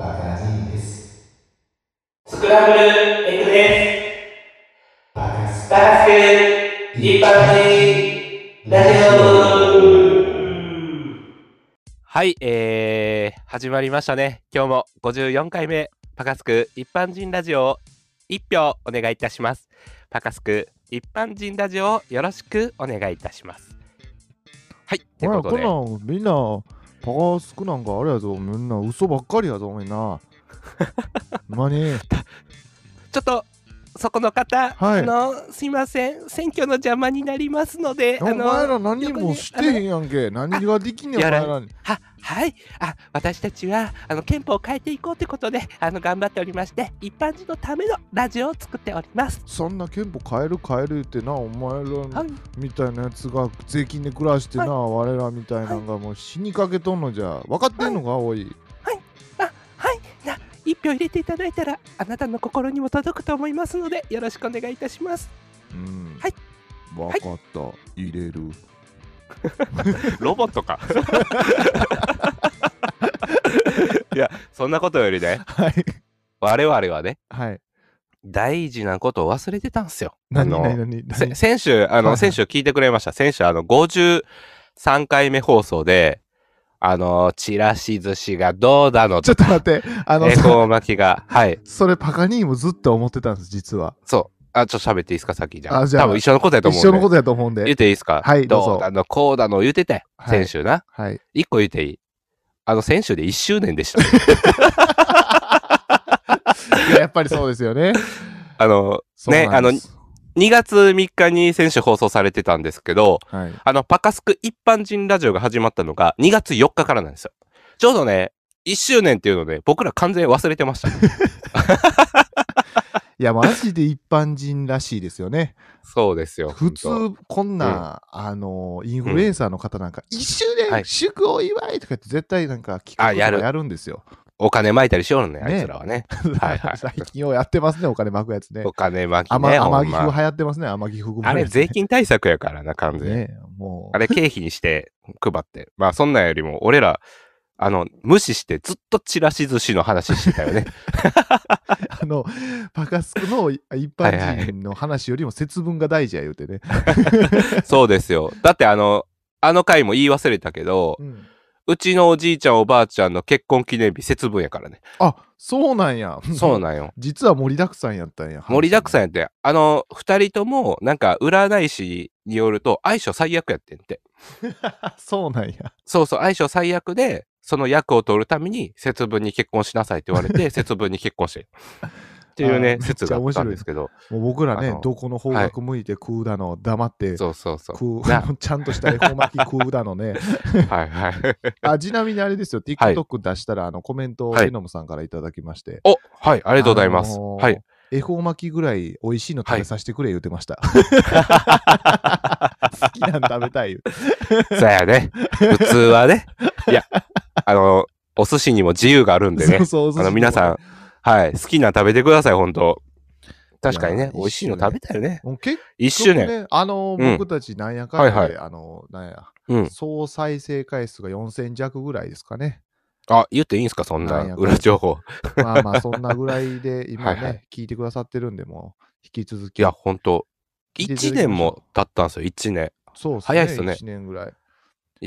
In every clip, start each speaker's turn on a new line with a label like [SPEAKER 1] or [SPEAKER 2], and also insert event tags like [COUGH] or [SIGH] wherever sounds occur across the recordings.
[SPEAKER 1] 人です。
[SPEAKER 2] スクランブルエッグで
[SPEAKER 1] バカス
[SPEAKER 2] す。バカスク、リッパーチ、ラジオはい、えー、始まりましたね。今日も54回目、パカスク一般人ラジオを1票お願いいたします。パカスク一般人ラジオをよろしくお願いいたします。はい、って
[SPEAKER 3] ほ
[SPEAKER 2] こ
[SPEAKER 3] ら、
[SPEAKER 2] と
[SPEAKER 3] こん
[SPEAKER 2] で。
[SPEAKER 3] なんみんな、パカスクなんかあれやぞ、みんな嘘ばっかりやぞ、み
[SPEAKER 2] [LAUGHS]
[SPEAKER 3] んな。まに、
[SPEAKER 2] ちょっとそこの方、
[SPEAKER 3] はい
[SPEAKER 2] あのすいません選挙の邪魔になりますので
[SPEAKER 3] お
[SPEAKER 2] あ
[SPEAKER 3] 前
[SPEAKER 2] の
[SPEAKER 3] ら何もしてへんやんけ。何ができんねん、お
[SPEAKER 2] や
[SPEAKER 3] 前
[SPEAKER 2] ら
[SPEAKER 3] らに。
[SPEAKER 2] ははいあ私たちはあの憲法を変えていこうということであの頑張っておりまして一般人のためのラジオを作っております。
[SPEAKER 3] そんな憲法変える変えるってな、お前
[SPEAKER 2] は
[SPEAKER 3] ら
[SPEAKER 2] い
[SPEAKER 3] みたいなやつが税金で暮らしてな、我らみたいなのがもう死にかけとんのじゃ。分かってんのか、おい。
[SPEAKER 2] はいな一票入れていただいたらあなたの心にも届くと思いますのでよろしくお願いいたします。
[SPEAKER 3] うん。
[SPEAKER 2] はい
[SPEAKER 3] 分かった、入れる。
[SPEAKER 2] ロボット [LAUGHS] か。いやそんなことよりね
[SPEAKER 3] はい。
[SPEAKER 2] 我々はね
[SPEAKER 3] はい。
[SPEAKER 2] 大事なことを忘れてたんですよ。
[SPEAKER 3] 何、何、何、
[SPEAKER 2] せ
[SPEAKER 3] 何。
[SPEAKER 2] 先週、あ
[SPEAKER 3] はいは
[SPEAKER 2] の、
[SPEAKER 3] い
[SPEAKER 2] 先週聞いてくれました。先週、あの、53回目放送で、あの、ちらし寿司がどうだの
[SPEAKER 3] ちょっと待って、あの
[SPEAKER 2] 恵、光巻きが、はい。
[SPEAKER 3] それパカニーもずっと思ってたんです、実は。
[SPEAKER 2] そう。あ、ちょっと喋っていいですか、先じゃ
[SPEAKER 3] あじゃあ
[SPEAKER 2] 多分一緒のことやと思うん
[SPEAKER 3] 一
[SPEAKER 2] で。
[SPEAKER 3] 緒のことやと思うん
[SPEAKER 2] 言っ
[SPEAKER 3] で。
[SPEAKER 2] ていいですか
[SPEAKER 3] はいどうぞ
[SPEAKER 2] だの、こうだの言うてて、
[SPEAKER 3] はい
[SPEAKER 2] 先週な。
[SPEAKER 3] はい。
[SPEAKER 2] 一個言うていい。あの、先週で1周年でした。
[SPEAKER 3] [LAUGHS] いややっぱりそうです
[SPEAKER 2] [LAUGHS]
[SPEAKER 3] よね。
[SPEAKER 2] あの、
[SPEAKER 3] そうなんです、
[SPEAKER 2] 2月3日に先週放送されてたんですけど、
[SPEAKER 3] はい。
[SPEAKER 2] あの、パカスク一般人ラジオが始まったのが2月4日からなんですよ。ちょうどね、1周年っていうので、僕ら完全に忘れてました。
[SPEAKER 3] [LAUGHS] いや、マジで一般人らしいですよね。
[SPEAKER 2] そうですよ。ほ
[SPEAKER 3] 普
[SPEAKER 2] んと
[SPEAKER 3] 通、こんな、あの、インフルエンサーの方なんか、一周
[SPEAKER 2] はい
[SPEAKER 3] 年祝お祝いとかって絶対なんか企
[SPEAKER 2] あや
[SPEAKER 3] 画と
[SPEAKER 2] る
[SPEAKER 3] かやるんですよ。
[SPEAKER 2] お金まいたりしようのね、あ
[SPEAKER 3] ね
[SPEAKER 2] いつらはね。はいはい
[SPEAKER 3] [LAUGHS] 最近ようやってますね、お金巻くや
[SPEAKER 2] [LAUGHS]
[SPEAKER 3] つね
[SPEAKER 2] お。金まき
[SPEAKER 3] 甘
[SPEAKER 2] ね、ほ
[SPEAKER 3] 甘
[SPEAKER 2] ん
[SPEAKER 3] 木
[SPEAKER 2] ま
[SPEAKER 3] 風流行ってますね、甘木風も
[SPEAKER 2] あれ、
[SPEAKER 3] です
[SPEAKER 2] 税金対策やからな、完全に。
[SPEAKER 3] ね。も
[SPEAKER 2] あれ、経費にして配って。まあ、そんなんよりも、俺ら、あの、無視してずっとちらし寿司の話してたよ
[SPEAKER 3] [LAUGHS]
[SPEAKER 2] ね。
[SPEAKER 3] う、あの、パカスクの一般人の話よりも節分が大事や言うてね。
[SPEAKER 2] そうですよ。だって、あの、あの回も言い忘れたけど、
[SPEAKER 3] うん
[SPEAKER 2] うちのおじいちゃんおばあちゃんの結婚記念日節分やからね。
[SPEAKER 3] あ、そうなんや。
[SPEAKER 2] そうなんよ。
[SPEAKER 3] 実は盛りだくさんやったんや。
[SPEAKER 2] 盛りだくさん
[SPEAKER 3] ん。
[SPEAKER 2] やって、あの、二人とも、なんか、占い師によると、相性最悪やってんって。
[SPEAKER 3] [LAUGHS] そうなんや。
[SPEAKER 2] そうそう、相性最悪で、その役を取るために、節分に結婚しなさいって言われ
[SPEAKER 3] [LAUGHS]
[SPEAKER 2] て、節分に結婚してる。っていうね
[SPEAKER 3] あ、ー
[SPEAKER 2] 説があったんですけど、
[SPEAKER 3] もう僕ら
[SPEAKER 2] あ
[SPEAKER 3] ね
[SPEAKER 2] の、
[SPEAKER 3] どこの方角向いて食うだの、黙って
[SPEAKER 2] そうそうそう。
[SPEAKER 3] 食う、 [LAUGHS]
[SPEAKER 2] な
[SPEAKER 3] ちゃんとした恵方巻き食うだのね。
[SPEAKER 2] はいはい。
[SPEAKER 3] あちなみにあれですよ、TikTok 出したら、あのコメントを
[SPEAKER 2] はい
[SPEAKER 3] エノムさんからいただきまして。
[SPEAKER 2] おはい、ありがとうございます。
[SPEAKER 3] あのー
[SPEAKER 2] はい。
[SPEAKER 3] 恵方巻きぐらい美味しいの食べさせてくれ言うて
[SPEAKER 2] [LAUGHS]
[SPEAKER 3] ました。好きなの食べたい言うて。
[SPEAKER 2] そうやね。普通はね。いや、あの、お寿司にも自由があるんでね
[SPEAKER 3] そう。そうそう
[SPEAKER 2] あの皆さん、はい、好きなの食べてください、本当確かに
[SPEAKER 3] い
[SPEAKER 2] ね
[SPEAKER 3] や、
[SPEAKER 2] 美味しいの
[SPEAKER 3] 一周
[SPEAKER 2] 食
[SPEAKER 3] 年
[SPEAKER 2] べたよね。
[SPEAKER 3] もう結
[SPEAKER 2] 一
[SPEAKER 3] 局
[SPEAKER 2] 周年。
[SPEAKER 3] ね、あの
[SPEAKER 2] うん
[SPEAKER 3] ー、僕たちなんやかんやで、
[SPEAKER 2] はい
[SPEAKER 3] あのー、なんや、
[SPEAKER 2] うん。
[SPEAKER 3] 総再生回数が4000弱ぐらいですかね。
[SPEAKER 2] あ、言っていいんすか、そん
[SPEAKER 3] なん
[SPEAKER 2] な
[SPEAKER 3] やかんや
[SPEAKER 2] 裏情報。
[SPEAKER 3] まあまあ、そんなぐらいで今
[SPEAKER 2] [LAUGHS] は
[SPEAKER 3] ね、
[SPEAKER 2] いは
[SPEAKER 3] 聞いてくださってるんで、もう引き続き。
[SPEAKER 2] いや、本当
[SPEAKER 3] 聞いていただき
[SPEAKER 2] 1
[SPEAKER 3] ましょう
[SPEAKER 2] 年も経ったんですよ、1年。
[SPEAKER 3] そうですね。
[SPEAKER 2] 早いっすね
[SPEAKER 3] 1年ぐらい。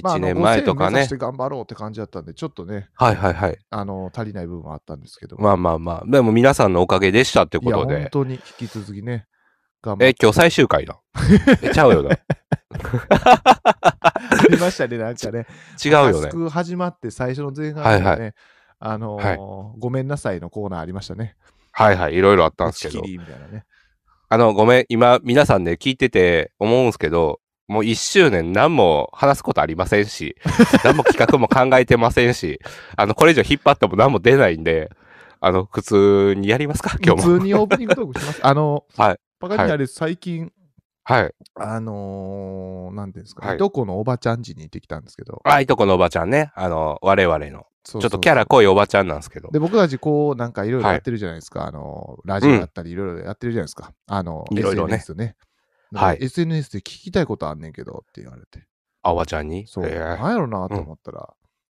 [SPEAKER 3] まあ、
[SPEAKER 2] 1年前と
[SPEAKER 3] あ
[SPEAKER 2] か
[SPEAKER 3] の5000目指
[SPEAKER 2] ね
[SPEAKER 3] して。頑張ろうって感じだったんで、ちょっとね、
[SPEAKER 2] はいはいはい。
[SPEAKER 3] あの、足りない部分はあったんですけど。
[SPEAKER 2] まあまあまあ。でも皆さんのおかげでしたって
[SPEAKER 3] い
[SPEAKER 2] こ
[SPEAKER 3] や、
[SPEAKER 2] と
[SPEAKER 3] 本
[SPEAKER 2] で。
[SPEAKER 3] 当に引き続きね、頑張
[SPEAKER 2] え
[SPEAKER 3] っ、
[SPEAKER 2] 今日最終回だ。
[SPEAKER 3] [LAUGHS]
[SPEAKER 2] えちゃうよな。
[SPEAKER 3] てましたね、 [LAUGHS] なんかね。
[SPEAKER 2] 違うよ
[SPEAKER 3] タス
[SPEAKER 2] ね。
[SPEAKER 3] ク始まって最初の前半でね、
[SPEAKER 2] はい
[SPEAKER 3] あのー
[SPEAKER 2] は
[SPEAKER 3] ごめんなさいのコーナーありましたね。
[SPEAKER 2] はいはい、いろいろあったん
[SPEAKER 3] 打
[SPEAKER 2] です
[SPEAKER 3] ち
[SPEAKER 2] けど
[SPEAKER 3] 切。りみたいなね。
[SPEAKER 2] あの、ごめん、今、皆さんね、聞いてて思うんすけど、もう1周年何も話すことありませんし、 [LAUGHS] 何も企画も考えてませんし、あの、これ以上引っ張っても何も出ないんで、あの、普通にやりますか、 [LAUGHS] 今日も。
[SPEAKER 3] 普通にオープニングトークします。あの、
[SPEAKER 2] [LAUGHS] はい
[SPEAKER 3] バカにあれ、最近、
[SPEAKER 2] はい。
[SPEAKER 3] あのー、なんていうんですか、
[SPEAKER 2] はい
[SPEAKER 3] いとこのおばちゃん家に行ってきたんですけど、
[SPEAKER 2] あいとこのおばちゃんね、あの、我々の、
[SPEAKER 3] ちょ
[SPEAKER 2] ちょっとキャラ濃いおばちゃんなんですけど、
[SPEAKER 3] で、僕たちこう、なんかいろいろ
[SPEAKER 2] はい
[SPEAKER 3] やってるじゃないですか。あの、ラジオやったりいろいろやってるじゃないですか。あの、
[SPEAKER 2] いろいろね
[SPEAKER 3] SNS ね。
[SPEAKER 2] はい
[SPEAKER 3] なんか SNS で聞きたいことあんねんけどって言われて。
[SPEAKER 2] あおばちゃんに。
[SPEAKER 3] そう。
[SPEAKER 2] えー
[SPEAKER 3] なんやろなと思ったら、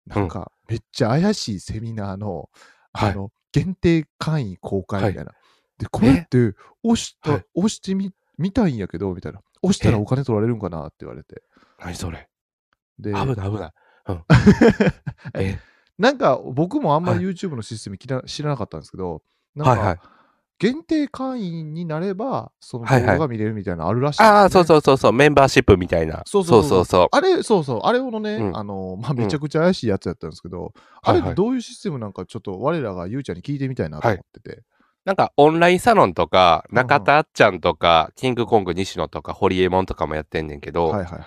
[SPEAKER 2] ん
[SPEAKER 3] なんか、めっちゃ怪しいセミナーの、
[SPEAKER 2] はい
[SPEAKER 3] あの限定会員公開みたいな。で、こ
[SPEAKER 2] え
[SPEAKER 3] れって押した、
[SPEAKER 2] はい
[SPEAKER 3] 押してみ見たいんやけど、みたいな。押したらお金取られるんかなって言われて。
[SPEAKER 2] 何それ
[SPEAKER 3] で、
[SPEAKER 2] 危ない危ない。
[SPEAKER 3] [LAUGHS]
[SPEAKER 2] うん、え
[SPEAKER 3] なんか僕もあんまり
[SPEAKER 2] は
[SPEAKER 3] YouTube のシステムきら知らなかったんですけど、な
[SPEAKER 2] は
[SPEAKER 3] ん
[SPEAKER 2] いはい
[SPEAKER 3] か。限定会員になれば、その動
[SPEAKER 2] はいはい
[SPEAKER 3] 画が見れるみたいなのあるらしい、
[SPEAKER 2] ああ、そう
[SPEAKER 3] う。
[SPEAKER 2] そうそうそう、メンバーシップみたいな。
[SPEAKER 3] そうそうそう
[SPEAKER 2] そうそう
[SPEAKER 3] あれ、そうそう、あれのね、
[SPEAKER 2] うん
[SPEAKER 3] あの、まあ、めちゃくちゃ怪しいやつやったんですけど、あれ
[SPEAKER 2] はいはい
[SPEAKER 3] どういうシステムなんかちょっと我らがゆうちゃんに聞いてみたいなと思ってて。
[SPEAKER 2] なんかオンラインサロンとか、
[SPEAKER 3] うんうん
[SPEAKER 2] 中田あっちゃんとか、キングコング西野とか、ホリエモンとかもやってんねんけど、
[SPEAKER 3] はいはいはい。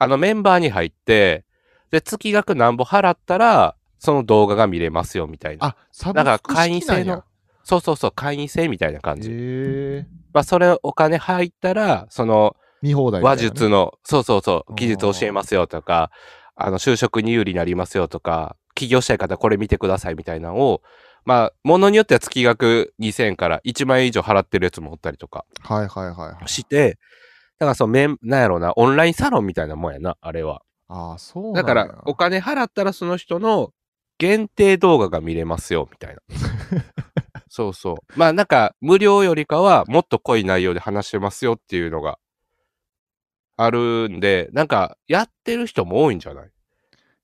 [SPEAKER 2] あのメンバーに入って、で、月額なんぼ払ったら、その動画が見れますよみたいな。
[SPEAKER 3] あ、サブ
[SPEAKER 2] だから
[SPEAKER 3] スク
[SPEAKER 2] 会員
[SPEAKER 3] 式な
[SPEAKER 2] 制
[SPEAKER 3] んや
[SPEAKER 2] の。、そうそうそう、会員制みたいな感じ。
[SPEAKER 3] へえ。
[SPEAKER 2] まあ、それお金入ったら、その
[SPEAKER 3] 見放題みた
[SPEAKER 2] 話
[SPEAKER 3] いなね。
[SPEAKER 2] 術の、そうそうそ
[SPEAKER 3] あ
[SPEAKER 2] う、
[SPEAKER 3] ー
[SPEAKER 2] 技術教えますよとか、あの、就職に有利になりますよとか、起業したい方これ見てくださいみたいなのを、まあ、ものによっては月額2000円から1万円以上払ってるやつもおったりとか
[SPEAKER 3] はいはいはいはい。
[SPEAKER 2] して、だからそのメン、なんやろうな、オンラインサロンみたいなもんやな、あれは。
[SPEAKER 3] ああ、そうな
[SPEAKER 2] だ
[SPEAKER 3] ん
[SPEAKER 2] か
[SPEAKER 3] や
[SPEAKER 2] ら、お金払ったらその人の限定動画が見れますよ、みたい
[SPEAKER 3] [LAUGHS]
[SPEAKER 2] な。そうそう。まあなんか、無料よりかは、もっと濃い内容で話してますよっていうのがあるんで、なんか、やってる人も多いんじゃない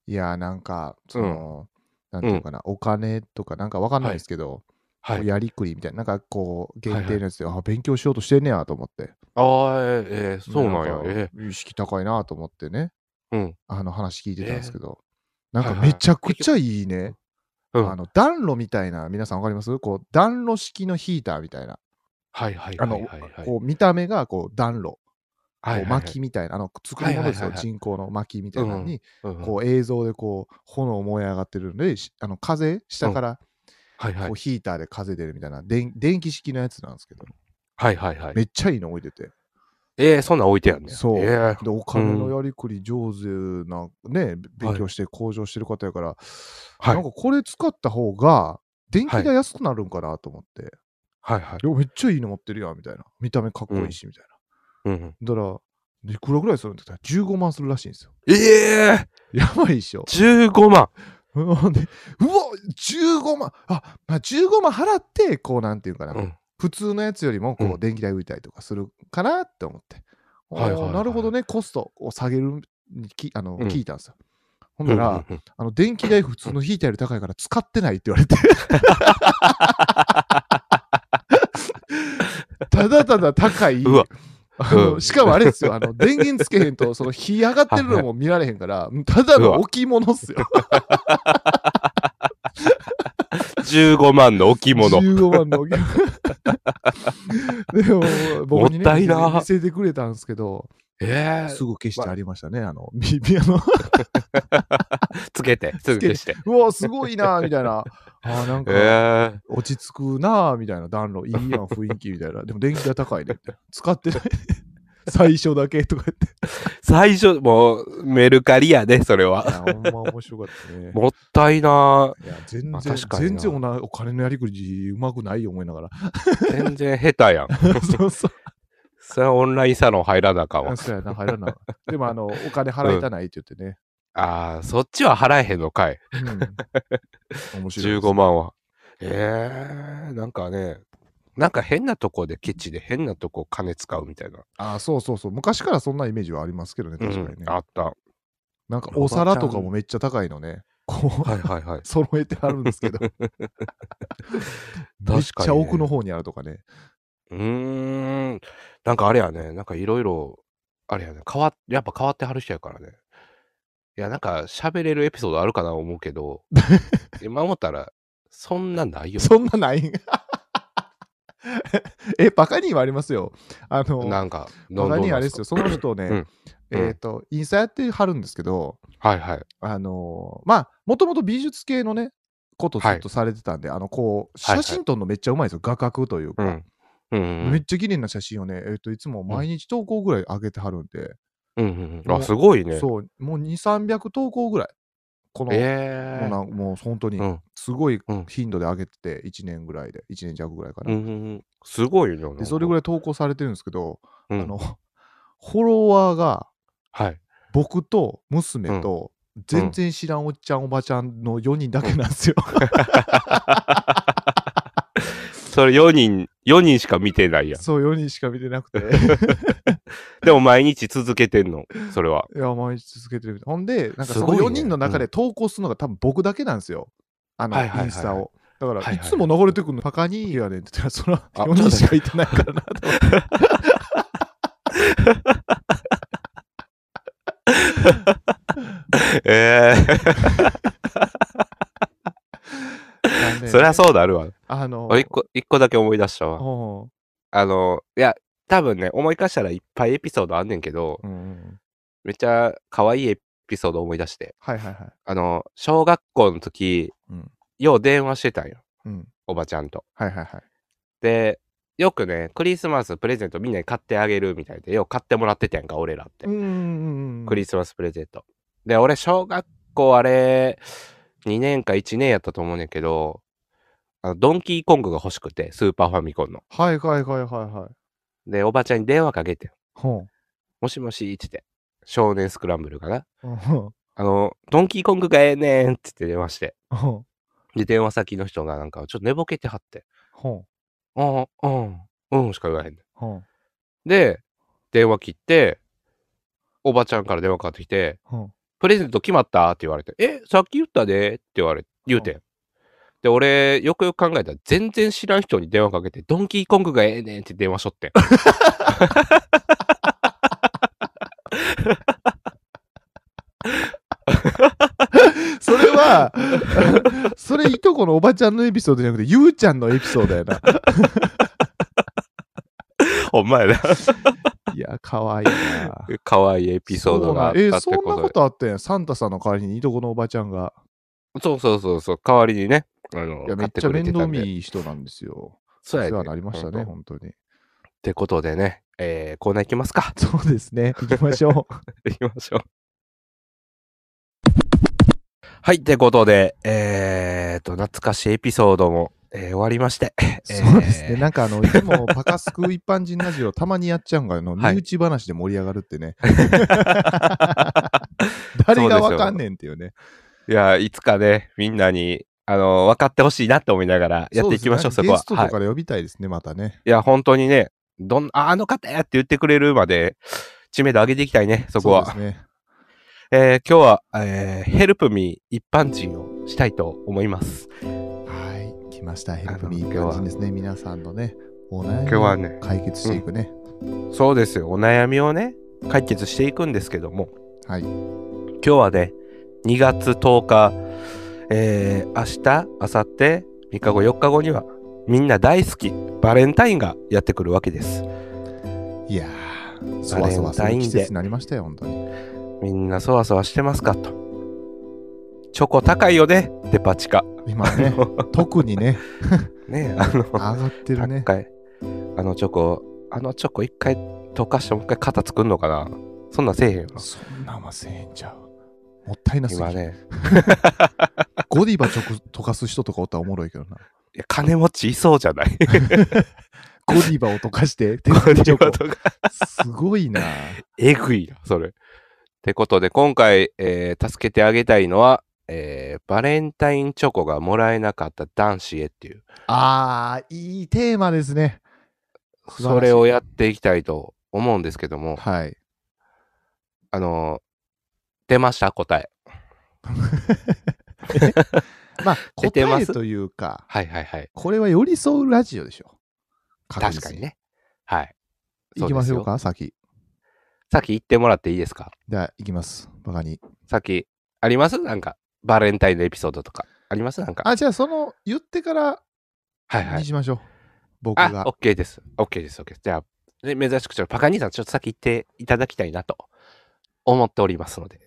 [SPEAKER 3] いや、なんか、その、なんていうかな、お金とか、なんかわかんないですけど、
[SPEAKER 2] は
[SPEAKER 3] こう
[SPEAKER 2] い。
[SPEAKER 3] やりくりみたいな、なんかこう、
[SPEAKER 2] はいはい
[SPEAKER 3] 限定のやつで、あ、勉強しようとしてんねやと思って。
[SPEAKER 2] ああ、えーえーそうなんや。
[SPEAKER 3] か
[SPEAKER 2] え
[SPEAKER 3] 意識高いなと思ってね、
[SPEAKER 2] ーうん。
[SPEAKER 3] あの話聞いてたんですけど、
[SPEAKER 2] ー
[SPEAKER 3] なん
[SPEAKER 2] はい
[SPEAKER 3] か
[SPEAKER 2] はい
[SPEAKER 3] めちゃくちゃいいね。
[SPEAKER 2] うん。
[SPEAKER 3] あの暖炉みたいな、皆さんわかりますこう、暖炉式のヒーターみたいな。
[SPEAKER 2] はいはい
[SPEAKER 3] あ
[SPEAKER 2] はいは
[SPEAKER 3] の、
[SPEAKER 2] いはい。
[SPEAKER 3] こう見た目がこう暖炉、
[SPEAKER 2] はいはい
[SPEAKER 3] こう
[SPEAKER 2] はい
[SPEAKER 3] 薪みたいな、あの作り物です
[SPEAKER 2] は
[SPEAKER 3] よ、
[SPEAKER 2] いはいはいはい
[SPEAKER 3] 人工の薪みたいなのに、
[SPEAKER 2] うんうん
[SPEAKER 3] こう映像でこう炎燃え上がってるんで、しあの風、下から
[SPEAKER 2] はいはい
[SPEAKER 3] こうヒーターで風出るみたいな、電電気式のやつなんですけど、
[SPEAKER 2] はいはいはい
[SPEAKER 3] め。っちゃいいの置いてて、
[SPEAKER 2] えー、そんなん置いてあるねん。
[SPEAKER 3] そう、
[SPEAKER 2] えー
[SPEAKER 3] で、お金のやりくり上手な、ね、勉強して向上してる方やから、
[SPEAKER 2] はい
[SPEAKER 3] なんかこれ使った方が、電気
[SPEAKER 2] はい
[SPEAKER 3] 代安くなるんかなと思って、
[SPEAKER 2] はいはい。
[SPEAKER 3] いやめっちゃいいの持ってるやんみたいな、見た目かっこいいしみたいな。
[SPEAKER 2] うん、
[SPEAKER 3] だから、いくらぐらいするんだったら15万するらしいんですよ。
[SPEAKER 2] ええ
[SPEAKER 3] やばいっしょ。
[SPEAKER 2] ー、15万
[SPEAKER 3] ほんで、うわ、15万、あまあ、15万払って、こうなんていうかな、
[SPEAKER 2] うん
[SPEAKER 3] 普通のやつよりもこ
[SPEAKER 2] う
[SPEAKER 3] うん電気代浮いたりとかするかなって思って、
[SPEAKER 2] はいはいはい
[SPEAKER 3] おーなるほどね、コストを下げるにきあの、
[SPEAKER 2] うん
[SPEAKER 3] 聞いたんですよ。ほんなら、
[SPEAKER 2] うんうんうん
[SPEAKER 3] あの電気代普通のヒーターより高いから使ってないって言わ
[SPEAKER 2] [LAUGHS]
[SPEAKER 3] れて。ただただ高い。
[SPEAKER 2] うわ
[SPEAKER 3] あの
[SPEAKER 2] うん
[SPEAKER 3] しかもあれですよ、あの電源つけへんと、その火上がってるのも見られへん
[SPEAKER 2] [LAUGHS]
[SPEAKER 3] から、ただの置物っすよ。
[SPEAKER 2] 15万の置物。
[SPEAKER 3] 15万の置
[SPEAKER 2] [LAUGHS]
[SPEAKER 3] 物。でも、僕に、
[SPEAKER 2] も
[SPEAKER 3] ね、
[SPEAKER 2] ったいな
[SPEAKER 3] 見せてくれたんですけど、
[SPEAKER 2] ええ
[SPEAKER 3] すぐ消してありましたね、あの、ビビアの。
[SPEAKER 2] [LAUGHS] つけて、すぐ消して。
[SPEAKER 3] うわ、すごいな、みたいな。 [LAUGHS] あーなんか、
[SPEAKER 2] ええ
[SPEAKER 3] 落ち着くなあみたいな暖炉いいやん雰囲気みたい [LAUGHS] なでも電気が高いねみたいな使ってない [LAUGHS] 最初だけとか言って
[SPEAKER 2] 最初、もう、メルカリやね、それは。
[SPEAKER 3] いやほんま面白かったね
[SPEAKER 2] [LAUGHS] もったいない
[SPEAKER 3] や全然、
[SPEAKER 2] まあ確かにな
[SPEAKER 3] 全然おなお金のやりくりうまくないよ思いながら
[SPEAKER 2] 全然下手や [LAUGHS] ん。
[SPEAKER 3] [LAUGHS] そうそう
[SPEAKER 2] それはオンラインサロン入らなあかんわ。
[SPEAKER 3] そうやな入らないでもあのお金払いたないって言ってね、
[SPEAKER 2] ああ、そっちは払えへんのかい。
[SPEAKER 3] [LAUGHS] うん、面白い
[SPEAKER 2] 15万は。ええなんかね、なんか変なとこでケチで変なとこ金使うみたいな。
[SPEAKER 3] あそうそうそう昔からそんなイメージはありますけどね
[SPEAKER 2] う
[SPEAKER 3] 確かにね、
[SPEAKER 2] ん、あった。は
[SPEAKER 3] なんかお皿とかもめっちゃ高いのねこう [LAUGHS]
[SPEAKER 2] いはいはい。
[SPEAKER 3] 揃えてあるんですけどめっちゃ奥の方にあるとかね
[SPEAKER 2] うーん。なんかあれやね、なんかいろいろ、あれやね、変わっ、やっぱ変わってはる人やからね。いや、なんか喋れるエピソードあるかな思うけど、
[SPEAKER 3] [LAUGHS]
[SPEAKER 2] 今思ったら、そんなないよ。
[SPEAKER 3] そんなない [LAUGHS] んえ、バカにはありますよ。あの、
[SPEAKER 2] なんか、
[SPEAKER 3] バカにはあれですよ。
[SPEAKER 2] よ。
[SPEAKER 3] その人をね、
[SPEAKER 2] うん
[SPEAKER 3] えっ、と、インスタやってはるんですけど、
[SPEAKER 2] はいはい。
[SPEAKER 3] あのーまあ、もともと美術系のね、ことず
[SPEAKER 2] は
[SPEAKER 3] っ
[SPEAKER 2] い
[SPEAKER 3] とされてたんで、あの、こう、
[SPEAKER 2] はいは
[SPEAKER 3] 写
[SPEAKER 2] い
[SPEAKER 3] 真撮るのめっちゃうまいですよ。画角というか。
[SPEAKER 2] うん。うんうん
[SPEAKER 3] めっちゃ綺麗な写真をね、えっ、と、いつも毎日投稿ぐらい上げてはるんで、
[SPEAKER 2] うんうんうん。
[SPEAKER 3] もう
[SPEAKER 2] あ、すごいね。
[SPEAKER 3] そう、もう2、300投稿ぐらい。この、
[SPEAKER 2] え
[SPEAKER 3] もう
[SPEAKER 2] え
[SPEAKER 3] なんもう本当に
[SPEAKER 2] うん、
[SPEAKER 3] すごい
[SPEAKER 2] うん
[SPEAKER 3] 頻度で上げてて、1年ぐらいで、1年弱ぐらいかな。
[SPEAKER 2] うんうんうん。すごいよ
[SPEAKER 3] で、それぐら
[SPEAKER 2] い、
[SPEAKER 3] い投稿されてるんですけど、
[SPEAKER 2] うん
[SPEAKER 3] あの、フォロワーが
[SPEAKER 2] はい。
[SPEAKER 3] 僕と娘と全然知らんおっちゃん、おばちゃんの4人だけなんですよ。
[SPEAKER 2] それ4人、4人しか見てないやん。
[SPEAKER 3] [LAUGHS] そう、4人しか見てなくて。
[SPEAKER 2] でも毎日続けてんの、それ
[SPEAKER 3] [LAUGHS]
[SPEAKER 2] は。
[SPEAKER 3] いや、毎日続けてるみたい。ほんで、なんか
[SPEAKER 2] す
[SPEAKER 3] そ
[SPEAKER 2] ごい
[SPEAKER 3] の
[SPEAKER 2] ね
[SPEAKER 3] 4人の中で投稿するのが多分僕だけなんですよ。あの、
[SPEAKER 2] はいはいはいはい
[SPEAKER 3] インスタを。だから、
[SPEAKER 2] はいはい
[SPEAKER 3] いつも流れてくるの、パカニーやねんって言ったら、その
[SPEAKER 2] あ
[SPEAKER 3] 4人しかいてないからな。
[SPEAKER 2] ええ
[SPEAKER 3] [LAUGHS] なん
[SPEAKER 2] [LAUGHS]
[SPEAKER 3] で
[SPEAKER 2] そりゃそうなるわ。
[SPEAKER 3] あの、
[SPEAKER 2] あ一個、一個だけ思い出したわ。
[SPEAKER 3] お
[SPEAKER 2] あの、いや、多分ね、思い返したらいっぱいエピソードあんねんけど、
[SPEAKER 3] ううんうん。
[SPEAKER 2] めっちゃ可愛いエピソード思い出して。
[SPEAKER 3] はいはいはい。
[SPEAKER 2] あの、小学校の時、
[SPEAKER 3] うん
[SPEAKER 2] よう電話してたんよ。
[SPEAKER 3] うん。
[SPEAKER 2] おばちゃんと。
[SPEAKER 3] はいはいはい。
[SPEAKER 2] で、よくね、クリスマスプレゼントみんなに買ってあげるみたいで、よう買ってもらってたやんか、俺らって。
[SPEAKER 3] うんうんうん。
[SPEAKER 2] クリスマスプレゼント。で、俺、小学校あれ、2年か1年やったと思うねんけど、あのドンキーコングが欲しくて、スーパーファミコンの。
[SPEAKER 3] はいはいはいはいはい。
[SPEAKER 2] で、おばちゃんに電話かけて、
[SPEAKER 3] ほ
[SPEAKER 2] もしもしってって、少年スクランブルかな。
[SPEAKER 3] う。うん
[SPEAKER 2] あの、ドンキーコングがええねんって言って電話して。
[SPEAKER 3] ほ
[SPEAKER 2] で、電話先の人がなんか、ちょっと寝ぼけてはって、
[SPEAKER 3] う。
[SPEAKER 2] うん、うん、うんしか言わへんね
[SPEAKER 3] ほう。
[SPEAKER 2] ん。で、電話切って、おばちゃんから電話かかってきて、
[SPEAKER 3] ほ
[SPEAKER 2] プレゼント決まったって言われて、え、さっき言ったでって言われ、言うてん。で、俺、よくよく考えたら、全然知らん人に電話かけて、ドンキーコングがええねんって電話しと
[SPEAKER 3] [LAUGHS]
[SPEAKER 2] ってん。
[SPEAKER 3] う。それ
[SPEAKER 2] [LAUGHS]
[SPEAKER 3] は、それいとこのおばちゃんのエピソードじゃなくて、ゆうちゃんのエピソードやな。
[SPEAKER 2] お前ら、
[SPEAKER 3] いや、かわいいな。
[SPEAKER 2] 可愛いエピソードがあった
[SPEAKER 3] そうなん
[SPEAKER 2] って
[SPEAKER 3] えーそんな
[SPEAKER 2] こ
[SPEAKER 3] こと
[SPEAKER 2] で。
[SPEAKER 3] とあったやん。サンタさんの代わりにいとこのおばちゃんが。
[SPEAKER 2] そうそうそうそう、代わりにね、あの
[SPEAKER 3] いや、、め
[SPEAKER 2] 買っ
[SPEAKER 3] ってちゃ
[SPEAKER 2] くれ
[SPEAKER 3] 面
[SPEAKER 2] てた
[SPEAKER 3] 倒
[SPEAKER 2] ん
[SPEAKER 3] 見
[SPEAKER 2] で。
[SPEAKER 3] いい人なんですよ。
[SPEAKER 2] そうや
[SPEAKER 3] お世話
[SPEAKER 2] で
[SPEAKER 3] になりましたね、
[SPEAKER 2] ほんとっ
[SPEAKER 3] 本当に。
[SPEAKER 2] てことでね、えー、コーナー行きますか。 [LAUGHS]
[SPEAKER 3] そうですね。行きましょう。
[SPEAKER 2] 行きましょう。はい、ってことで、えーと、懐かしいエピソードも、えー終わりまして。
[SPEAKER 3] [LAUGHS] そうですね。
[SPEAKER 2] [LAUGHS] えー
[SPEAKER 3] なんかあの、いつもパカスク一般人ラジオたまにやっちゃうんが、あの、
[SPEAKER 2] はい
[SPEAKER 3] 身内話で盛り上がるっ
[SPEAKER 2] [LAUGHS]
[SPEAKER 3] てね。誰がわかんねんっていうね。
[SPEAKER 2] いや、いつかね、みんなに、あの、分かってほしいなって思いながらやっていきましょう、そ
[SPEAKER 3] ですね
[SPEAKER 2] こ
[SPEAKER 3] ゲ
[SPEAKER 2] は
[SPEAKER 3] ス。ト
[SPEAKER 2] は
[SPEAKER 3] と
[SPEAKER 2] い。
[SPEAKER 3] かで呼びたいですね、またね。
[SPEAKER 2] いや、本当にね、どん、ああの方やって言ってくれるまで、知名度上げていきたいね、そこは。
[SPEAKER 3] うですね。
[SPEAKER 2] えー今日は、えー、ヘルプミー一般人をしたいと思います。
[SPEAKER 3] はい。来ました。ヘルプ
[SPEAKER 2] あ
[SPEAKER 3] ミー
[SPEAKER 2] の今
[SPEAKER 3] 一
[SPEAKER 2] 日は
[SPEAKER 3] 般人ですね。皆さんのね、お
[SPEAKER 2] 今日は
[SPEAKER 3] 悩み
[SPEAKER 2] ね
[SPEAKER 3] を、解決していくね。
[SPEAKER 2] そうですよ、お悩みをね、解決していくんですけども、
[SPEAKER 3] はい。
[SPEAKER 2] 今日はね2月10日えー、明日明後日3日後4日後にはみんな大好きバレンタインがやってくるわけです
[SPEAKER 3] いやー、そわそわする季節になりましたよ、本当に。
[SPEAKER 2] みんなそわそわしてますかとチョコ高いよねデパ地下
[SPEAKER 3] 今
[SPEAKER 2] [LAUGHS]
[SPEAKER 3] ね、特にね、
[SPEAKER 2] ねあの
[SPEAKER 3] 上がってるね。
[SPEAKER 2] 高いあのチョコあのチョコ一回溶かしてもう一回型作んのかなそんなんせえへんよな
[SPEAKER 3] そんなんはせえへんちゃう。もったいなすぎ
[SPEAKER 2] 今
[SPEAKER 3] る。
[SPEAKER 2] ね
[SPEAKER 3] ゴディバチョコ溶かす人とかおったらおもろいけど
[SPEAKER 2] [LAUGHS]
[SPEAKER 3] な。
[SPEAKER 2] いや金持ちいそうじゃ
[SPEAKER 3] [LAUGHS]
[SPEAKER 2] ない
[SPEAKER 3] ゴディバを溶かして、手
[SPEAKER 2] ゴ
[SPEAKER 3] 作りチ
[SPEAKER 2] ディ
[SPEAKER 3] ョコ
[SPEAKER 2] バとか
[SPEAKER 3] すごいな。
[SPEAKER 2] えぐいな、それ。ってことで、今回、えー助けてあげたいのは、えーバレンタインチョコがもらえなかった男子へっていう、
[SPEAKER 3] あー、いいテーマですね。素晴らしい
[SPEAKER 2] [LAUGHS] それをやっていきたいと思うんですけども、
[SPEAKER 3] はい。
[SPEAKER 2] あのー出ました、答え。
[SPEAKER 3] まあ、
[SPEAKER 2] 出てま
[SPEAKER 3] 答え
[SPEAKER 2] す
[SPEAKER 3] というか、
[SPEAKER 2] はいはいはい。
[SPEAKER 3] これは寄り添うラジオでしょ。
[SPEAKER 2] 確かに。ね。はい。
[SPEAKER 3] いき
[SPEAKER 2] そうで
[SPEAKER 3] ましょ
[SPEAKER 2] すよ。
[SPEAKER 3] か、先。
[SPEAKER 2] さっき言ってもらっていいですか
[SPEAKER 3] じゃあ、いきます。バカに。
[SPEAKER 2] さっき、ありますなんか、バレンタインのエピソードとか。ありますなんか。
[SPEAKER 3] あ、じゃあ、その、言ってから
[SPEAKER 2] はいは
[SPEAKER 3] に
[SPEAKER 2] い。
[SPEAKER 3] しましょう。僕
[SPEAKER 2] あ、
[SPEAKER 3] が。
[SPEAKER 2] OK です。OK です。OK です。じゃあ、ね珍しくちょっとパカ兄さん、ちょっと先行っていただきたいなと思っておりますので、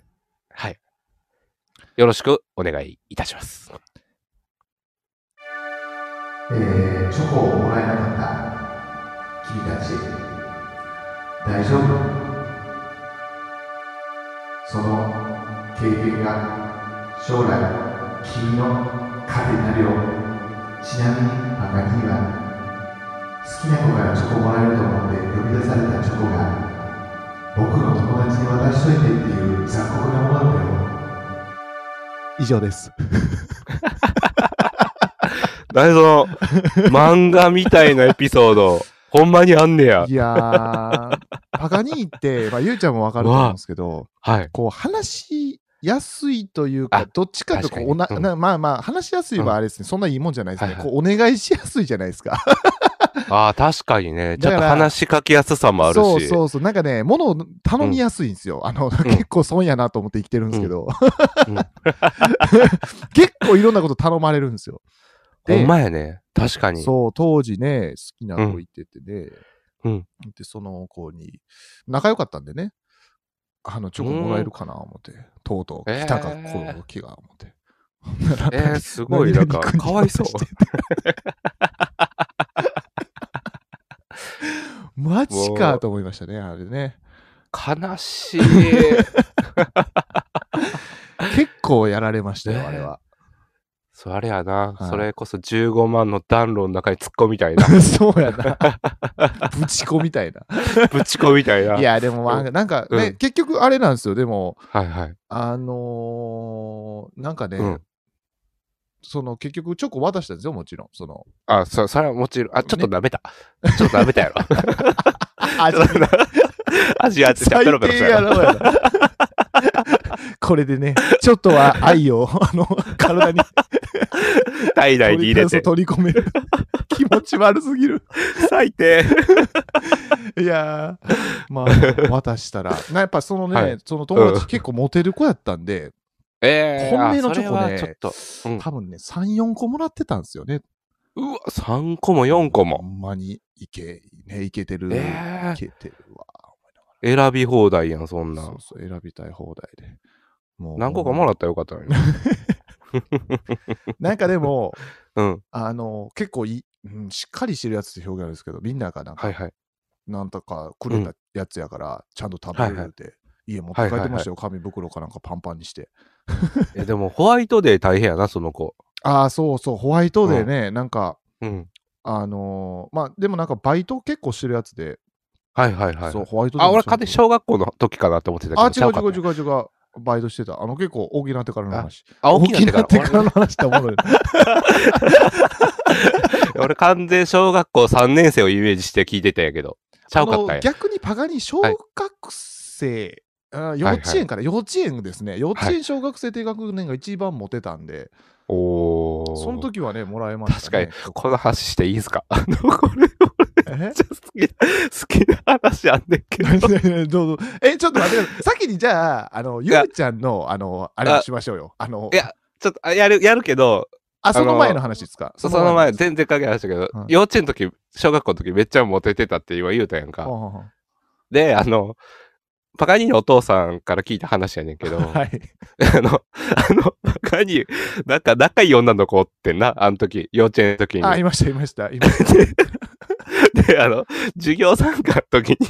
[SPEAKER 2] はい。よろしくお願いいたします。
[SPEAKER 1] えー、チョコをもらえなかった君たち大丈夫その経験が将来君の糧になるよちなみにバカ兄は好きな子からチョコもらえると思って呼び出されたチョコが僕の友達に渡しといてっていう残酷なものだったよ
[SPEAKER 3] 以上です。
[SPEAKER 2] 何その、漫画みたいなエピソー [LAUGHS] ド、ほんまにあんねや
[SPEAKER 3] い。やー、パガニーって、まあ、ゆうちゃんもわかると思うんですけど、
[SPEAKER 2] はい。
[SPEAKER 3] こう、話しやすいというか
[SPEAKER 2] あ、
[SPEAKER 3] どっちかというとこうおな、
[SPEAKER 2] 確かにうん
[SPEAKER 3] なまあまあ、話しやすいはあれですね、そんないいもんじゃないですね。
[SPEAKER 2] はいはい
[SPEAKER 3] こうお願いしやすいじゃないですか。
[SPEAKER 2] ああ、確かにね。ちょっ
[SPEAKER 3] だ
[SPEAKER 2] と
[SPEAKER 3] から
[SPEAKER 2] 話しかけやすさもあるし。
[SPEAKER 3] そうそうそう、なんかね、物を頼みやすいんですよ。あの、結構損やなと思って生きてるんですけど、
[SPEAKER 2] うん
[SPEAKER 3] [LAUGHS] 結構いろんなこと頼まれるんですよ。
[SPEAKER 2] ほんまやね。確かに。
[SPEAKER 3] そう、当時ね、好きな子いててね、
[SPEAKER 2] うん
[SPEAKER 3] で、その子に、仲良かったんでね、あの、チョコもらえるかな、思って、とうとう、
[SPEAKER 2] えー
[SPEAKER 3] 来たか、この時が、思って。
[SPEAKER 2] えー、すごい、なんか、
[SPEAKER 3] 何々君に
[SPEAKER 2] かわいそう
[SPEAKER 3] 渡。しててマジかと思いましたね、あれね。
[SPEAKER 2] 悲し [LAUGHS] い。
[SPEAKER 3] 結構やられましたよ、
[SPEAKER 2] ね
[SPEAKER 3] あれは。 [LAUGHS]
[SPEAKER 2] それやな、
[SPEAKER 3] はい。
[SPEAKER 2] それこそ15万の暖炉の中に突っ込みたいな
[SPEAKER 3] そうやな。ぶち子みたいな。
[SPEAKER 2] ぶち込みたいな。
[SPEAKER 3] いや、でも、まあなんかね、
[SPEAKER 2] うん
[SPEAKER 3] 結局あれなんですよ、でも、
[SPEAKER 2] はいはい。
[SPEAKER 3] あのーなんかね、
[SPEAKER 2] うん
[SPEAKER 3] その結局チョコ渡したんですよ、もちろん。その、
[SPEAKER 2] あ、そ、それはもちろん、あ、ちょっと舐めた。ちょっと舐めたやろ。
[SPEAKER 3] あ
[SPEAKER 2] ちょっとな [LAUGHS] 味あってちゃ
[SPEAKER 3] [LAUGHS] 最
[SPEAKER 2] ペロペロし
[SPEAKER 3] 低
[SPEAKER 2] たや
[SPEAKER 3] や
[SPEAKER 2] ろ。
[SPEAKER 3] ろ
[SPEAKER 2] [LAUGHS]
[SPEAKER 3] やなこれでね、ちょっとは愛をあの体に
[SPEAKER 2] 体内に
[SPEAKER 3] 取
[SPEAKER 2] 入
[SPEAKER 3] り
[SPEAKER 2] れ
[SPEAKER 3] そう
[SPEAKER 2] て。
[SPEAKER 3] 取り込める。 [LAUGHS] 気持ち悪すぎる。
[SPEAKER 2] 最低。
[SPEAKER 3] [LAUGHS] いやー、まあ、渡したら、なやっぱそのね、
[SPEAKER 2] はい
[SPEAKER 3] その友
[SPEAKER 2] う
[SPEAKER 3] 達
[SPEAKER 2] ん
[SPEAKER 3] 結構モテる子やったんで、
[SPEAKER 2] ええ
[SPEAKER 3] 本命のチョコね
[SPEAKER 2] ちょっと。うん
[SPEAKER 3] 多分ね、3、4個もらってたんですよね。
[SPEAKER 2] うわ、3個も4個
[SPEAKER 3] ほ
[SPEAKER 2] も。
[SPEAKER 3] んまにいけ、ね、いけてる。
[SPEAKER 2] え
[SPEAKER 3] いけてるわ。
[SPEAKER 2] え選び放題やん、そんな
[SPEAKER 3] そ
[SPEAKER 2] ん
[SPEAKER 3] う。そう、選びたい放題で。も
[SPEAKER 2] 何個かもら
[SPEAKER 3] っ
[SPEAKER 2] ったらよかったのに。
[SPEAKER 3] なんかでも、
[SPEAKER 2] うん。
[SPEAKER 3] あの、結構いい、うん、しっかりしてるやつって表現あるんですけど、みんながなんか、
[SPEAKER 2] はいはい。
[SPEAKER 3] なんとかくれたやつやから、ちゃんと食べれるって、家持って帰ってましたよ、紙袋かなんかパンパンにして。
[SPEAKER 2] え、でもホワイトデー大変やな、その子。
[SPEAKER 3] ああ、そうそう、ホワイトデーね、なんか、
[SPEAKER 2] うん。
[SPEAKER 3] あのーまあ、でもなんかバイト結構してるやつで、
[SPEAKER 2] はいはいはい
[SPEAKER 3] そ。う、ホワイトデー
[SPEAKER 2] あ、
[SPEAKER 3] も
[SPEAKER 2] 俺、
[SPEAKER 3] ちゃん
[SPEAKER 2] か
[SPEAKER 3] と
[SPEAKER 2] て小学校の時かなって思ってたけど。
[SPEAKER 3] あ、
[SPEAKER 2] ち
[SPEAKER 3] 違
[SPEAKER 2] ゃ
[SPEAKER 3] う
[SPEAKER 2] かった
[SPEAKER 3] 違う違う違う。バイトしてた。あの結構大きなってからの話。
[SPEAKER 2] あ、 [LAUGHS] 大きいな
[SPEAKER 3] な
[SPEAKER 2] っ
[SPEAKER 3] ってて
[SPEAKER 2] か。
[SPEAKER 3] かららの話っておもろいな。
[SPEAKER 2] 俺完全小学校3年生をイメージして聞いてたんやけど。ちゃうかったん
[SPEAKER 3] あの
[SPEAKER 2] や。
[SPEAKER 3] 逆にパガニー小学生、あ幼稚園から、幼稚園ですね幼稚園小学生低学年が一番モテたんで、
[SPEAKER 2] おー。
[SPEAKER 3] その時はねもらえました、
[SPEAKER 2] 確かに
[SPEAKER 3] ね、、
[SPEAKER 2] この話していいですか [LAUGHS] あの、これ、めっ
[SPEAKER 3] 確かに
[SPEAKER 2] ちゃ好き、好きな話あんねん
[SPEAKER 3] [LAUGHS]
[SPEAKER 2] けど。
[SPEAKER 3] え [LAUGHS] どうぞえちょっと待ってください先にじゃああのゆうちゃんのあのあれをしましょうよあの
[SPEAKER 2] いやちょっと、あやる、やるけど、
[SPEAKER 3] あそ
[SPEAKER 2] あ
[SPEAKER 3] の
[SPEAKER 2] の
[SPEAKER 3] 前の話ですか
[SPEAKER 2] その前、
[SPEAKER 3] 全
[SPEAKER 2] 全然関係ない話だけど、
[SPEAKER 3] うん
[SPEAKER 2] 幼稚園の時、小学校の時めっちゃモテてたって今言うたやんか。で、あの、パガニーのお父さんから聞いた話やねんけど、
[SPEAKER 3] はい
[SPEAKER 2] [LAUGHS] あの、あの、パガニー、なんか仲いい女の子おってんな、あの時、幼稚園の時に。
[SPEAKER 3] あいましたいました
[SPEAKER 2] [LAUGHS]
[SPEAKER 3] いました
[SPEAKER 2] で、あの、授業参加の時
[SPEAKER 3] [LAUGHS]
[SPEAKER 2] に、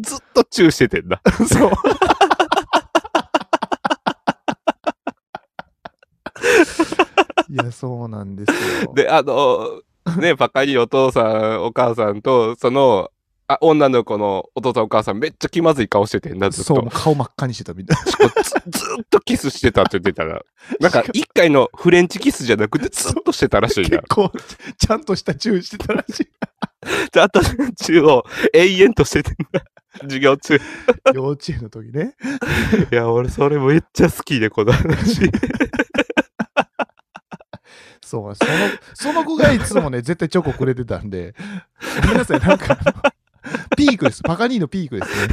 [SPEAKER 2] ずっとチューしてて
[SPEAKER 3] [LAUGHS]
[SPEAKER 2] んだ。
[SPEAKER 3] そういやそうなんですよ
[SPEAKER 2] で、あの、 [LAUGHS] ね、バカにお父さん、お母さんと、その、あ女の子のお父さんお母さんめっちゃ気まずい顔しててんだずっと
[SPEAKER 3] そうもう顔真っ赤にしてたみ
[SPEAKER 2] [LAUGHS]
[SPEAKER 3] たいな
[SPEAKER 2] しかもずずっとキスしてたって言ってた [LAUGHS] らなんか一回のフレンチキスじゃなくてずっとしてたらしいな
[SPEAKER 3] 結構ちゃんとした注意してたらしい
[SPEAKER 2] [LAUGHS] であと中を永遠として [LAUGHS] てんだ授業中い
[SPEAKER 3] 幼稚園の時ね
[SPEAKER 2] や俺それめっちゃ好きでこの [LAUGHS] 話
[SPEAKER 3] そうそのその子がいつも
[SPEAKER 2] [LAUGHS]
[SPEAKER 3] ね絶対チョコくれてたんでごめんなさいなんかあのピークですパカニーのピー
[SPEAKER 2] [LAUGHS]
[SPEAKER 3] クです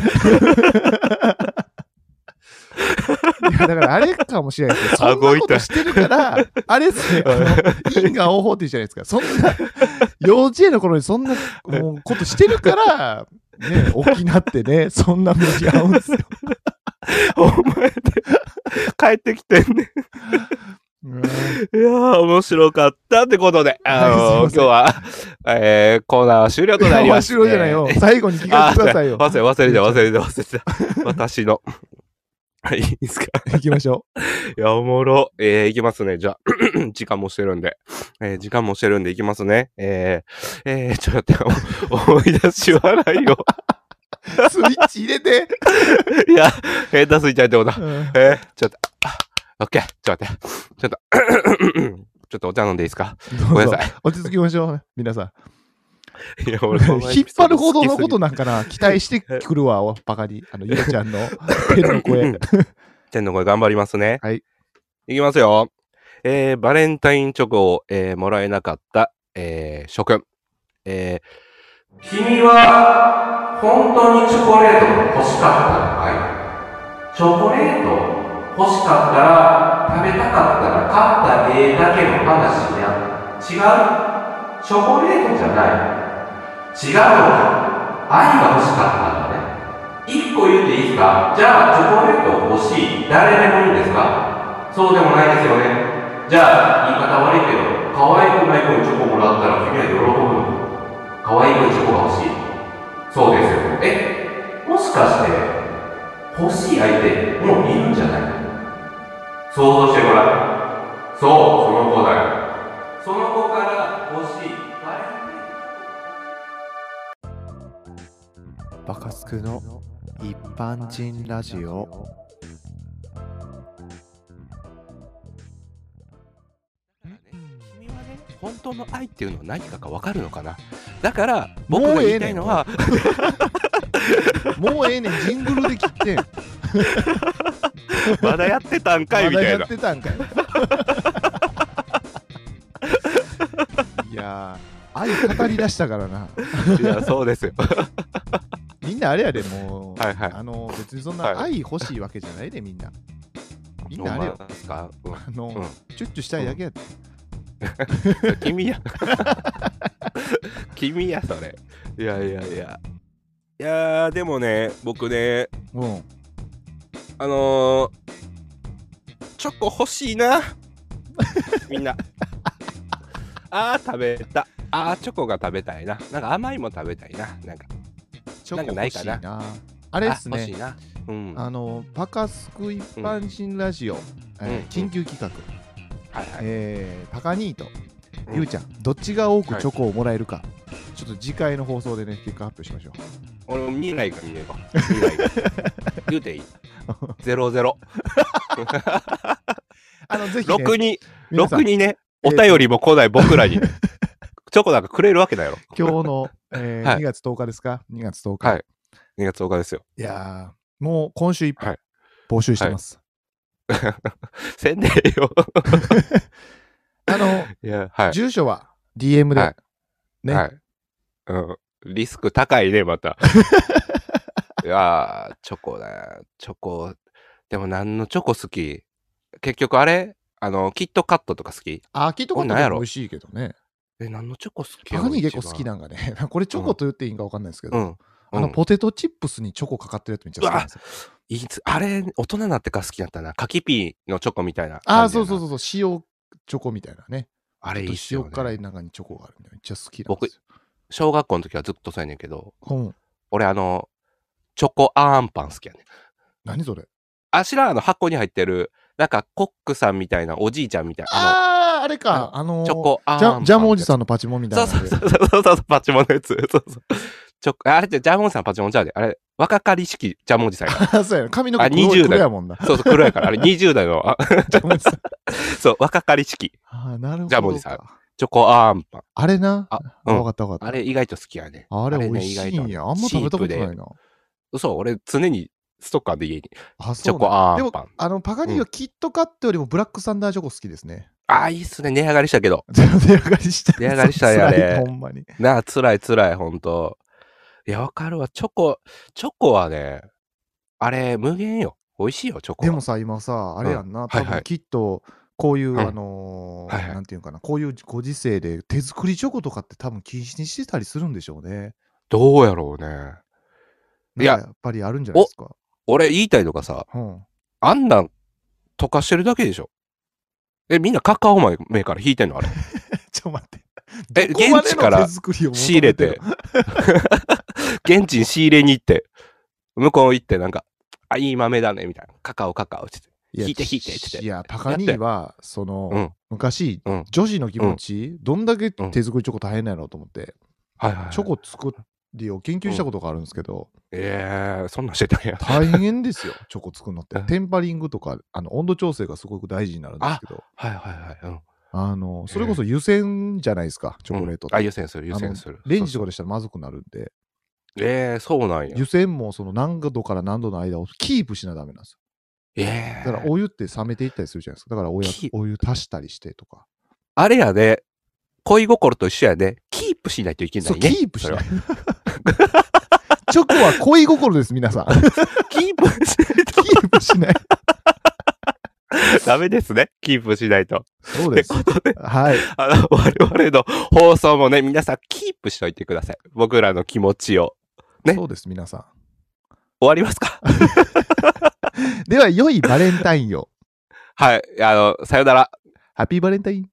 [SPEAKER 3] ねいやだからあれかもしれないですけどそん
[SPEAKER 2] 顎
[SPEAKER 3] な
[SPEAKER 2] 痛
[SPEAKER 3] こ
[SPEAKER 2] い
[SPEAKER 3] としてるからあれですねあの因果応報っていうじゃないですかそんな幼稚園の頃にそんなもうことしてるからね沖縄ってねそんな向き合うんですよ
[SPEAKER 2] お前で帰ってきてんねいやー、面白かったってことで、あのー [LAUGHS]
[SPEAKER 3] はいすい
[SPEAKER 2] 今日は、えー、コーナーは終了となり
[SPEAKER 3] 面
[SPEAKER 2] ます、
[SPEAKER 3] 白いじゃないよ。最後に聞かせてくださいよ。
[SPEAKER 2] 忘れ、忘れて、忘れて、忘れて。私の。はい、いいですか
[SPEAKER 3] 行きましょ
[SPEAKER 2] いや、おもろ。えー、いきますね。じゃあ、 [CLEARS THROAT] 時間もしてるんで。えー、時間もしてるんで、いきますね。えー、えー、ちょっと待って、お思 [LAUGHS] い出し笑いを。
[SPEAKER 3] う。スイッチ入れて。
[SPEAKER 2] [LAUGHS] いや、下手すぎちゃうってことだ。
[SPEAKER 3] うん
[SPEAKER 2] えー、ちょっと、あ、オッケー、ちょっと待って。ちょっと、 [COUGHS] ちょっとお茶飲んでいいですか
[SPEAKER 3] どうぞ
[SPEAKER 2] ごめんなさい。
[SPEAKER 3] 落ち着きましょうね、皆さ
[SPEAKER 2] いや、
[SPEAKER 3] ん。
[SPEAKER 2] 俺このエ
[SPEAKER 3] 引っ
[SPEAKER 2] ピソ
[SPEAKER 3] 張
[SPEAKER 2] ード
[SPEAKER 3] るほど
[SPEAKER 2] 好
[SPEAKER 3] の
[SPEAKER 2] きす
[SPEAKER 3] こ
[SPEAKER 2] ぎ
[SPEAKER 3] となんかな、期待してくるわ、バカに。あの、ゆう
[SPEAKER 2] [LAUGHS]
[SPEAKER 3] ちゃんの天の声。
[SPEAKER 2] 天の声頑張りますね。
[SPEAKER 3] はい。
[SPEAKER 2] いきますよ。えーバレンタインチョコを、えーもらえなかった、えー諸君。え
[SPEAKER 1] 君は本当にチョコレート欲しかったのかいチョコレート欲しかったら食べたかったら買った絵だけの話や違うチョコレートじゃない違うのか愛が欲しかったんだね一個言っていいですかじゃあチョコレート欲しい誰でもいいんですかそうでもないですよねじゃあ言い方悪いけど可愛くない子にチョコもらったら君は喜ぶの可愛い子にチョコが欲しいそうですよえもしかして欲しい相手もういるんじゃない想像してごらんそうその子だよその子から欲しいバレンタイン
[SPEAKER 4] バカスクの一般人ラジオ。
[SPEAKER 2] ー君はね本当の愛っていうのは何かが分かるのかなだから僕
[SPEAKER 3] も
[SPEAKER 2] が
[SPEAKER 3] う
[SPEAKER 2] 言
[SPEAKER 3] ええね
[SPEAKER 2] いたい
[SPEAKER 3] ん
[SPEAKER 2] のは、
[SPEAKER 3] もうええねん、ジングルで切ってん。
[SPEAKER 2] まだやってたんかいみ
[SPEAKER 3] ま
[SPEAKER 2] た
[SPEAKER 3] だ
[SPEAKER 2] い
[SPEAKER 3] や
[SPEAKER 2] な
[SPEAKER 3] っ。てたんかい。いやー、愛語り出したからな。
[SPEAKER 2] いや、そうですよ。
[SPEAKER 3] みんなあれやで、もう、
[SPEAKER 2] はいはい
[SPEAKER 3] あの別にそん
[SPEAKER 2] はい
[SPEAKER 3] な愛欲しいわけじゃないで、みんな。みんなあれよ、
[SPEAKER 2] どうですか、うん
[SPEAKER 3] あの、
[SPEAKER 2] う
[SPEAKER 3] チュッチュしたいだけやで。
[SPEAKER 2] 君や [LAUGHS] 君やそれいやいやいやいやーでもね僕ね
[SPEAKER 3] うん。
[SPEAKER 2] あのー、チョコ欲しいなみんなあー食べたあーチョコが食べたいななんか甘いも食べたいななんか
[SPEAKER 3] チョコ
[SPEAKER 2] な
[SPEAKER 3] 欲
[SPEAKER 2] い
[SPEAKER 3] し
[SPEAKER 2] か
[SPEAKER 3] い
[SPEAKER 2] な
[SPEAKER 3] な。あれっす
[SPEAKER 2] あ欲し
[SPEAKER 3] ね
[SPEAKER 2] い、なうんは
[SPEAKER 3] あの、パカスク一般人ラジオ、えー緊急企画、
[SPEAKER 2] いはい
[SPEAKER 3] えーパカニーと、
[SPEAKER 2] うん
[SPEAKER 3] ゆうちゃん、どっちが多く
[SPEAKER 2] はい
[SPEAKER 3] チョコをもらえるか、ちょっと次回の放送でね、結果発表しましょう。
[SPEAKER 2] 俺も未来が見えるわ未来が
[SPEAKER 3] [LAUGHS]
[SPEAKER 2] 言うていいゼロゼロ
[SPEAKER 3] あの、ぜひ、ね、
[SPEAKER 2] ろくにろ
[SPEAKER 3] 皆さん
[SPEAKER 2] くにね
[SPEAKER 3] え
[SPEAKER 2] お
[SPEAKER 3] ーと
[SPEAKER 2] 便りも来ない僕らにチョコなんかくれるわけだよ
[SPEAKER 3] 今日の、え
[SPEAKER 2] [LAUGHS]
[SPEAKER 3] ー
[SPEAKER 2] はい
[SPEAKER 3] 2月10日ですか ?2 月10日。
[SPEAKER 2] はい
[SPEAKER 3] い、
[SPEAKER 2] 2月10日ですよ。
[SPEAKER 3] やーもう今週いっぱい、
[SPEAKER 2] はい
[SPEAKER 3] 募集してます。
[SPEAKER 2] 宣伝よ。
[SPEAKER 3] あの、
[SPEAKER 2] いや、はい。
[SPEAKER 3] 住所は DM で、
[SPEAKER 2] はい
[SPEAKER 3] ね、
[SPEAKER 2] はいうん。リスク高いね、ま
[SPEAKER 3] [LAUGHS]
[SPEAKER 2] た。いやー、チョコだ。チョコ。でも何のチョコ好き結局あれあの、キットカットとか好き
[SPEAKER 3] あー、キットカッ
[SPEAKER 2] こ
[SPEAKER 3] ト
[SPEAKER 2] んなん
[SPEAKER 3] で
[SPEAKER 2] や
[SPEAKER 3] も
[SPEAKER 2] ろ
[SPEAKER 3] 美味しいけどね。
[SPEAKER 2] え、何のチョコ好き
[SPEAKER 3] パカニー結構好き
[SPEAKER 2] な。
[SPEAKER 3] なんかね。 [LAUGHS] これチョコと言っていいんか分かんないですけど、
[SPEAKER 2] うん。
[SPEAKER 3] あの、ポテトチップスにチョコかかってるやつめっちゃ好きなんですよ。
[SPEAKER 2] いつあれ、大人になってから好きだったな。カキピーのチョコみたいな
[SPEAKER 3] ああ
[SPEAKER 2] 感
[SPEAKER 3] ー、
[SPEAKER 2] じやな。
[SPEAKER 3] そうそうそうそう、塩チョコみたいなね。
[SPEAKER 2] あれいいっす
[SPEAKER 3] ちょっ
[SPEAKER 2] よ、ね。
[SPEAKER 3] と塩辛い中にチョコがあるんで、めっちゃ好きなんですよ。
[SPEAKER 2] 小学校の時はずっとそうやねんけど、
[SPEAKER 3] 僕、うん、
[SPEAKER 2] 俺あの、チョコアーンパン好きやねん
[SPEAKER 3] 何それ
[SPEAKER 2] あしらあの箱に入ってる、なんかコックさんみたいなおじいちゃんみたいな、
[SPEAKER 3] ああ、あれか、あの
[SPEAKER 2] あ
[SPEAKER 3] ー
[SPEAKER 2] の、チョコアーン
[SPEAKER 3] ジャンジャムおじさ
[SPEAKER 2] ん
[SPEAKER 3] んのパチモンみたい
[SPEAKER 2] そ
[SPEAKER 3] な
[SPEAKER 2] う
[SPEAKER 3] の
[SPEAKER 2] そう
[SPEAKER 3] で
[SPEAKER 2] そうそうそうそう、パチモンのやつ。そうそう。チョコあれってジャムおじさんパチモンちゃうで。あれ、若かりしきジャムおじさんやか
[SPEAKER 3] [LAUGHS] そうやな髪の
[SPEAKER 2] あ
[SPEAKER 3] 毛黒い
[SPEAKER 2] 20代
[SPEAKER 3] 黒や
[SPEAKER 2] [LAUGHS]
[SPEAKER 3] もんな。
[SPEAKER 2] ら。そうそう、黒い
[SPEAKER 3] [LAUGHS]
[SPEAKER 2] から。あれ20代の、あ
[SPEAKER 3] ジャムおじさん
[SPEAKER 2] そう、若かりしき
[SPEAKER 3] あーなるほどか。
[SPEAKER 2] ジャムおじさんチョコアーンパン。
[SPEAKER 3] あれな。
[SPEAKER 2] あ
[SPEAKER 3] あ、
[SPEAKER 2] うん
[SPEAKER 3] 分かった分か
[SPEAKER 2] あ
[SPEAKER 3] った。
[SPEAKER 2] れ意外と好きやね。
[SPEAKER 3] あれ
[SPEAKER 2] ね
[SPEAKER 3] 美味しいん
[SPEAKER 2] 意
[SPEAKER 3] や。
[SPEAKER 2] 外
[SPEAKER 3] あんま食べたこと
[SPEAKER 2] チー
[SPEAKER 3] な
[SPEAKER 2] プ
[SPEAKER 3] いな。
[SPEAKER 2] でそう、俺常にストッカーで家に。
[SPEAKER 3] あ、
[SPEAKER 2] チ
[SPEAKER 3] そ
[SPEAKER 2] ョ
[SPEAKER 3] うなん
[SPEAKER 2] コアー
[SPEAKER 3] で
[SPEAKER 2] ン
[SPEAKER 3] も
[SPEAKER 2] パン。、
[SPEAKER 3] あの、パカニーはキットカットよりもブラックサンダーチョコ好きですね。
[SPEAKER 2] ああ、いいっすね。値上がりしたけど。
[SPEAKER 3] [LAUGHS] 出上がりした。
[SPEAKER 2] 値上がりしたんやあれ
[SPEAKER 3] 辛いほんまに。
[SPEAKER 2] なあ、辛い辛い、ほんと。いや、わかるわ。チョコ、チョコはね、あれ、無限よ。美味しいよ、チョコは。
[SPEAKER 3] でもさ、今さ、あれやんな、
[SPEAKER 2] はいは
[SPEAKER 3] 多
[SPEAKER 2] い
[SPEAKER 3] 分きっと、こういう、
[SPEAKER 2] うん
[SPEAKER 3] あのー
[SPEAKER 2] はいはい
[SPEAKER 3] なんていうんかな、こういうご時世で手作りチョコとかって多分禁止にしてたりするんでしょうね。
[SPEAKER 2] どうやろうね。いや
[SPEAKER 3] なんかやっぱりあるんじゃないですか。
[SPEAKER 2] 俺、言いたいのがさ、
[SPEAKER 3] うん、
[SPEAKER 2] あんなん溶かしてるだけでしょ。え、みんなカカオ豆から引いてん
[SPEAKER 3] [LAUGHS]
[SPEAKER 2] のあれ。
[SPEAKER 3] ちょっと待って。
[SPEAKER 2] え、
[SPEAKER 3] どこまでの
[SPEAKER 2] 現地から
[SPEAKER 3] 手作りを求めるの
[SPEAKER 2] 仕入れて。、 [LAUGHS] 現地に仕入れに行って、向こう行って、なんか、あ、いい豆だね、みたいな。カカオ、カカオって言って。
[SPEAKER 3] や
[SPEAKER 2] 引いて引いてって言って
[SPEAKER 3] いや、パカニーは、その、
[SPEAKER 2] うん
[SPEAKER 3] 昔、
[SPEAKER 2] うん
[SPEAKER 3] 女子の気持ち、どんだけ手作りチョコ大変なんやろうと思って、
[SPEAKER 2] はいはいはい。
[SPEAKER 3] チョコ作りを研究したことがあるんですけど、
[SPEAKER 2] ええそんなんしてたんや。
[SPEAKER 3] 大変ですよ、 [LAUGHS] チョコ作るのって
[SPEAKER 2] う。ん
[SPEAKER 3] テンパリングとか、あの温度調整がすごく大事になるんですけど、
[SPEAKER 2] はいはいはい。うん
[SPEAKER 3] あの、それこそ湯煎じゃないですか、チョコレートって
[SPEAKER 2] あ、湯煎する、湯煎する。
[SPEAKER 3] レンジと
[SPEAKER 2] か。
[SPEAKER 3] かでしたらまずくなるんで、
[SPEAKER 2] えー、そうなんや
[SPEAKER 3] 湯。煎もその何度から何度の間をキープしなダメなんですよ。
[SPEAKER 2] えー
[SPEAKER 3] だからお湯って冷めていったりするじゃないですか。だからおや
[SPEAKER 2] キー
[SPEAKER 3] お湯足したりしてとか。
[SPEAKER 2] あれやで、恋心と一緒やで、キープしないといけない
[SPEAKER 3] そう、
[SPEAKER 2] ね。
[SPEAKER 3] キープしない
[SPEAKER 2] それは。
[SPEAKER 3] [LAUGHS] チョコは恋心です、皆さ
[SPEAKER 2] [LAUGHS]
[SPEAKER 3] ん。
[SPEAKER 2] キープしない
[SPEAKER 3] キープしない。
[SPEAKER 2] と [LAUGHS] ダメですね。キープしないと。
[SPEAKER 3] そうです。はい。
[SPEAKER 2] あの、我々の放送もね、皆さんキープしといてください。僕らの気持ちを。ね
[SPEAKER 3] そうです、皆さ
[SPEAKER 2] 終わりますか
[SPEAKER 3] ん。では、良いバレンタインを。
[SPEAKER 2] はい。あの、さよなら。
[SPEAKER 3] ハッピーバレンタイン。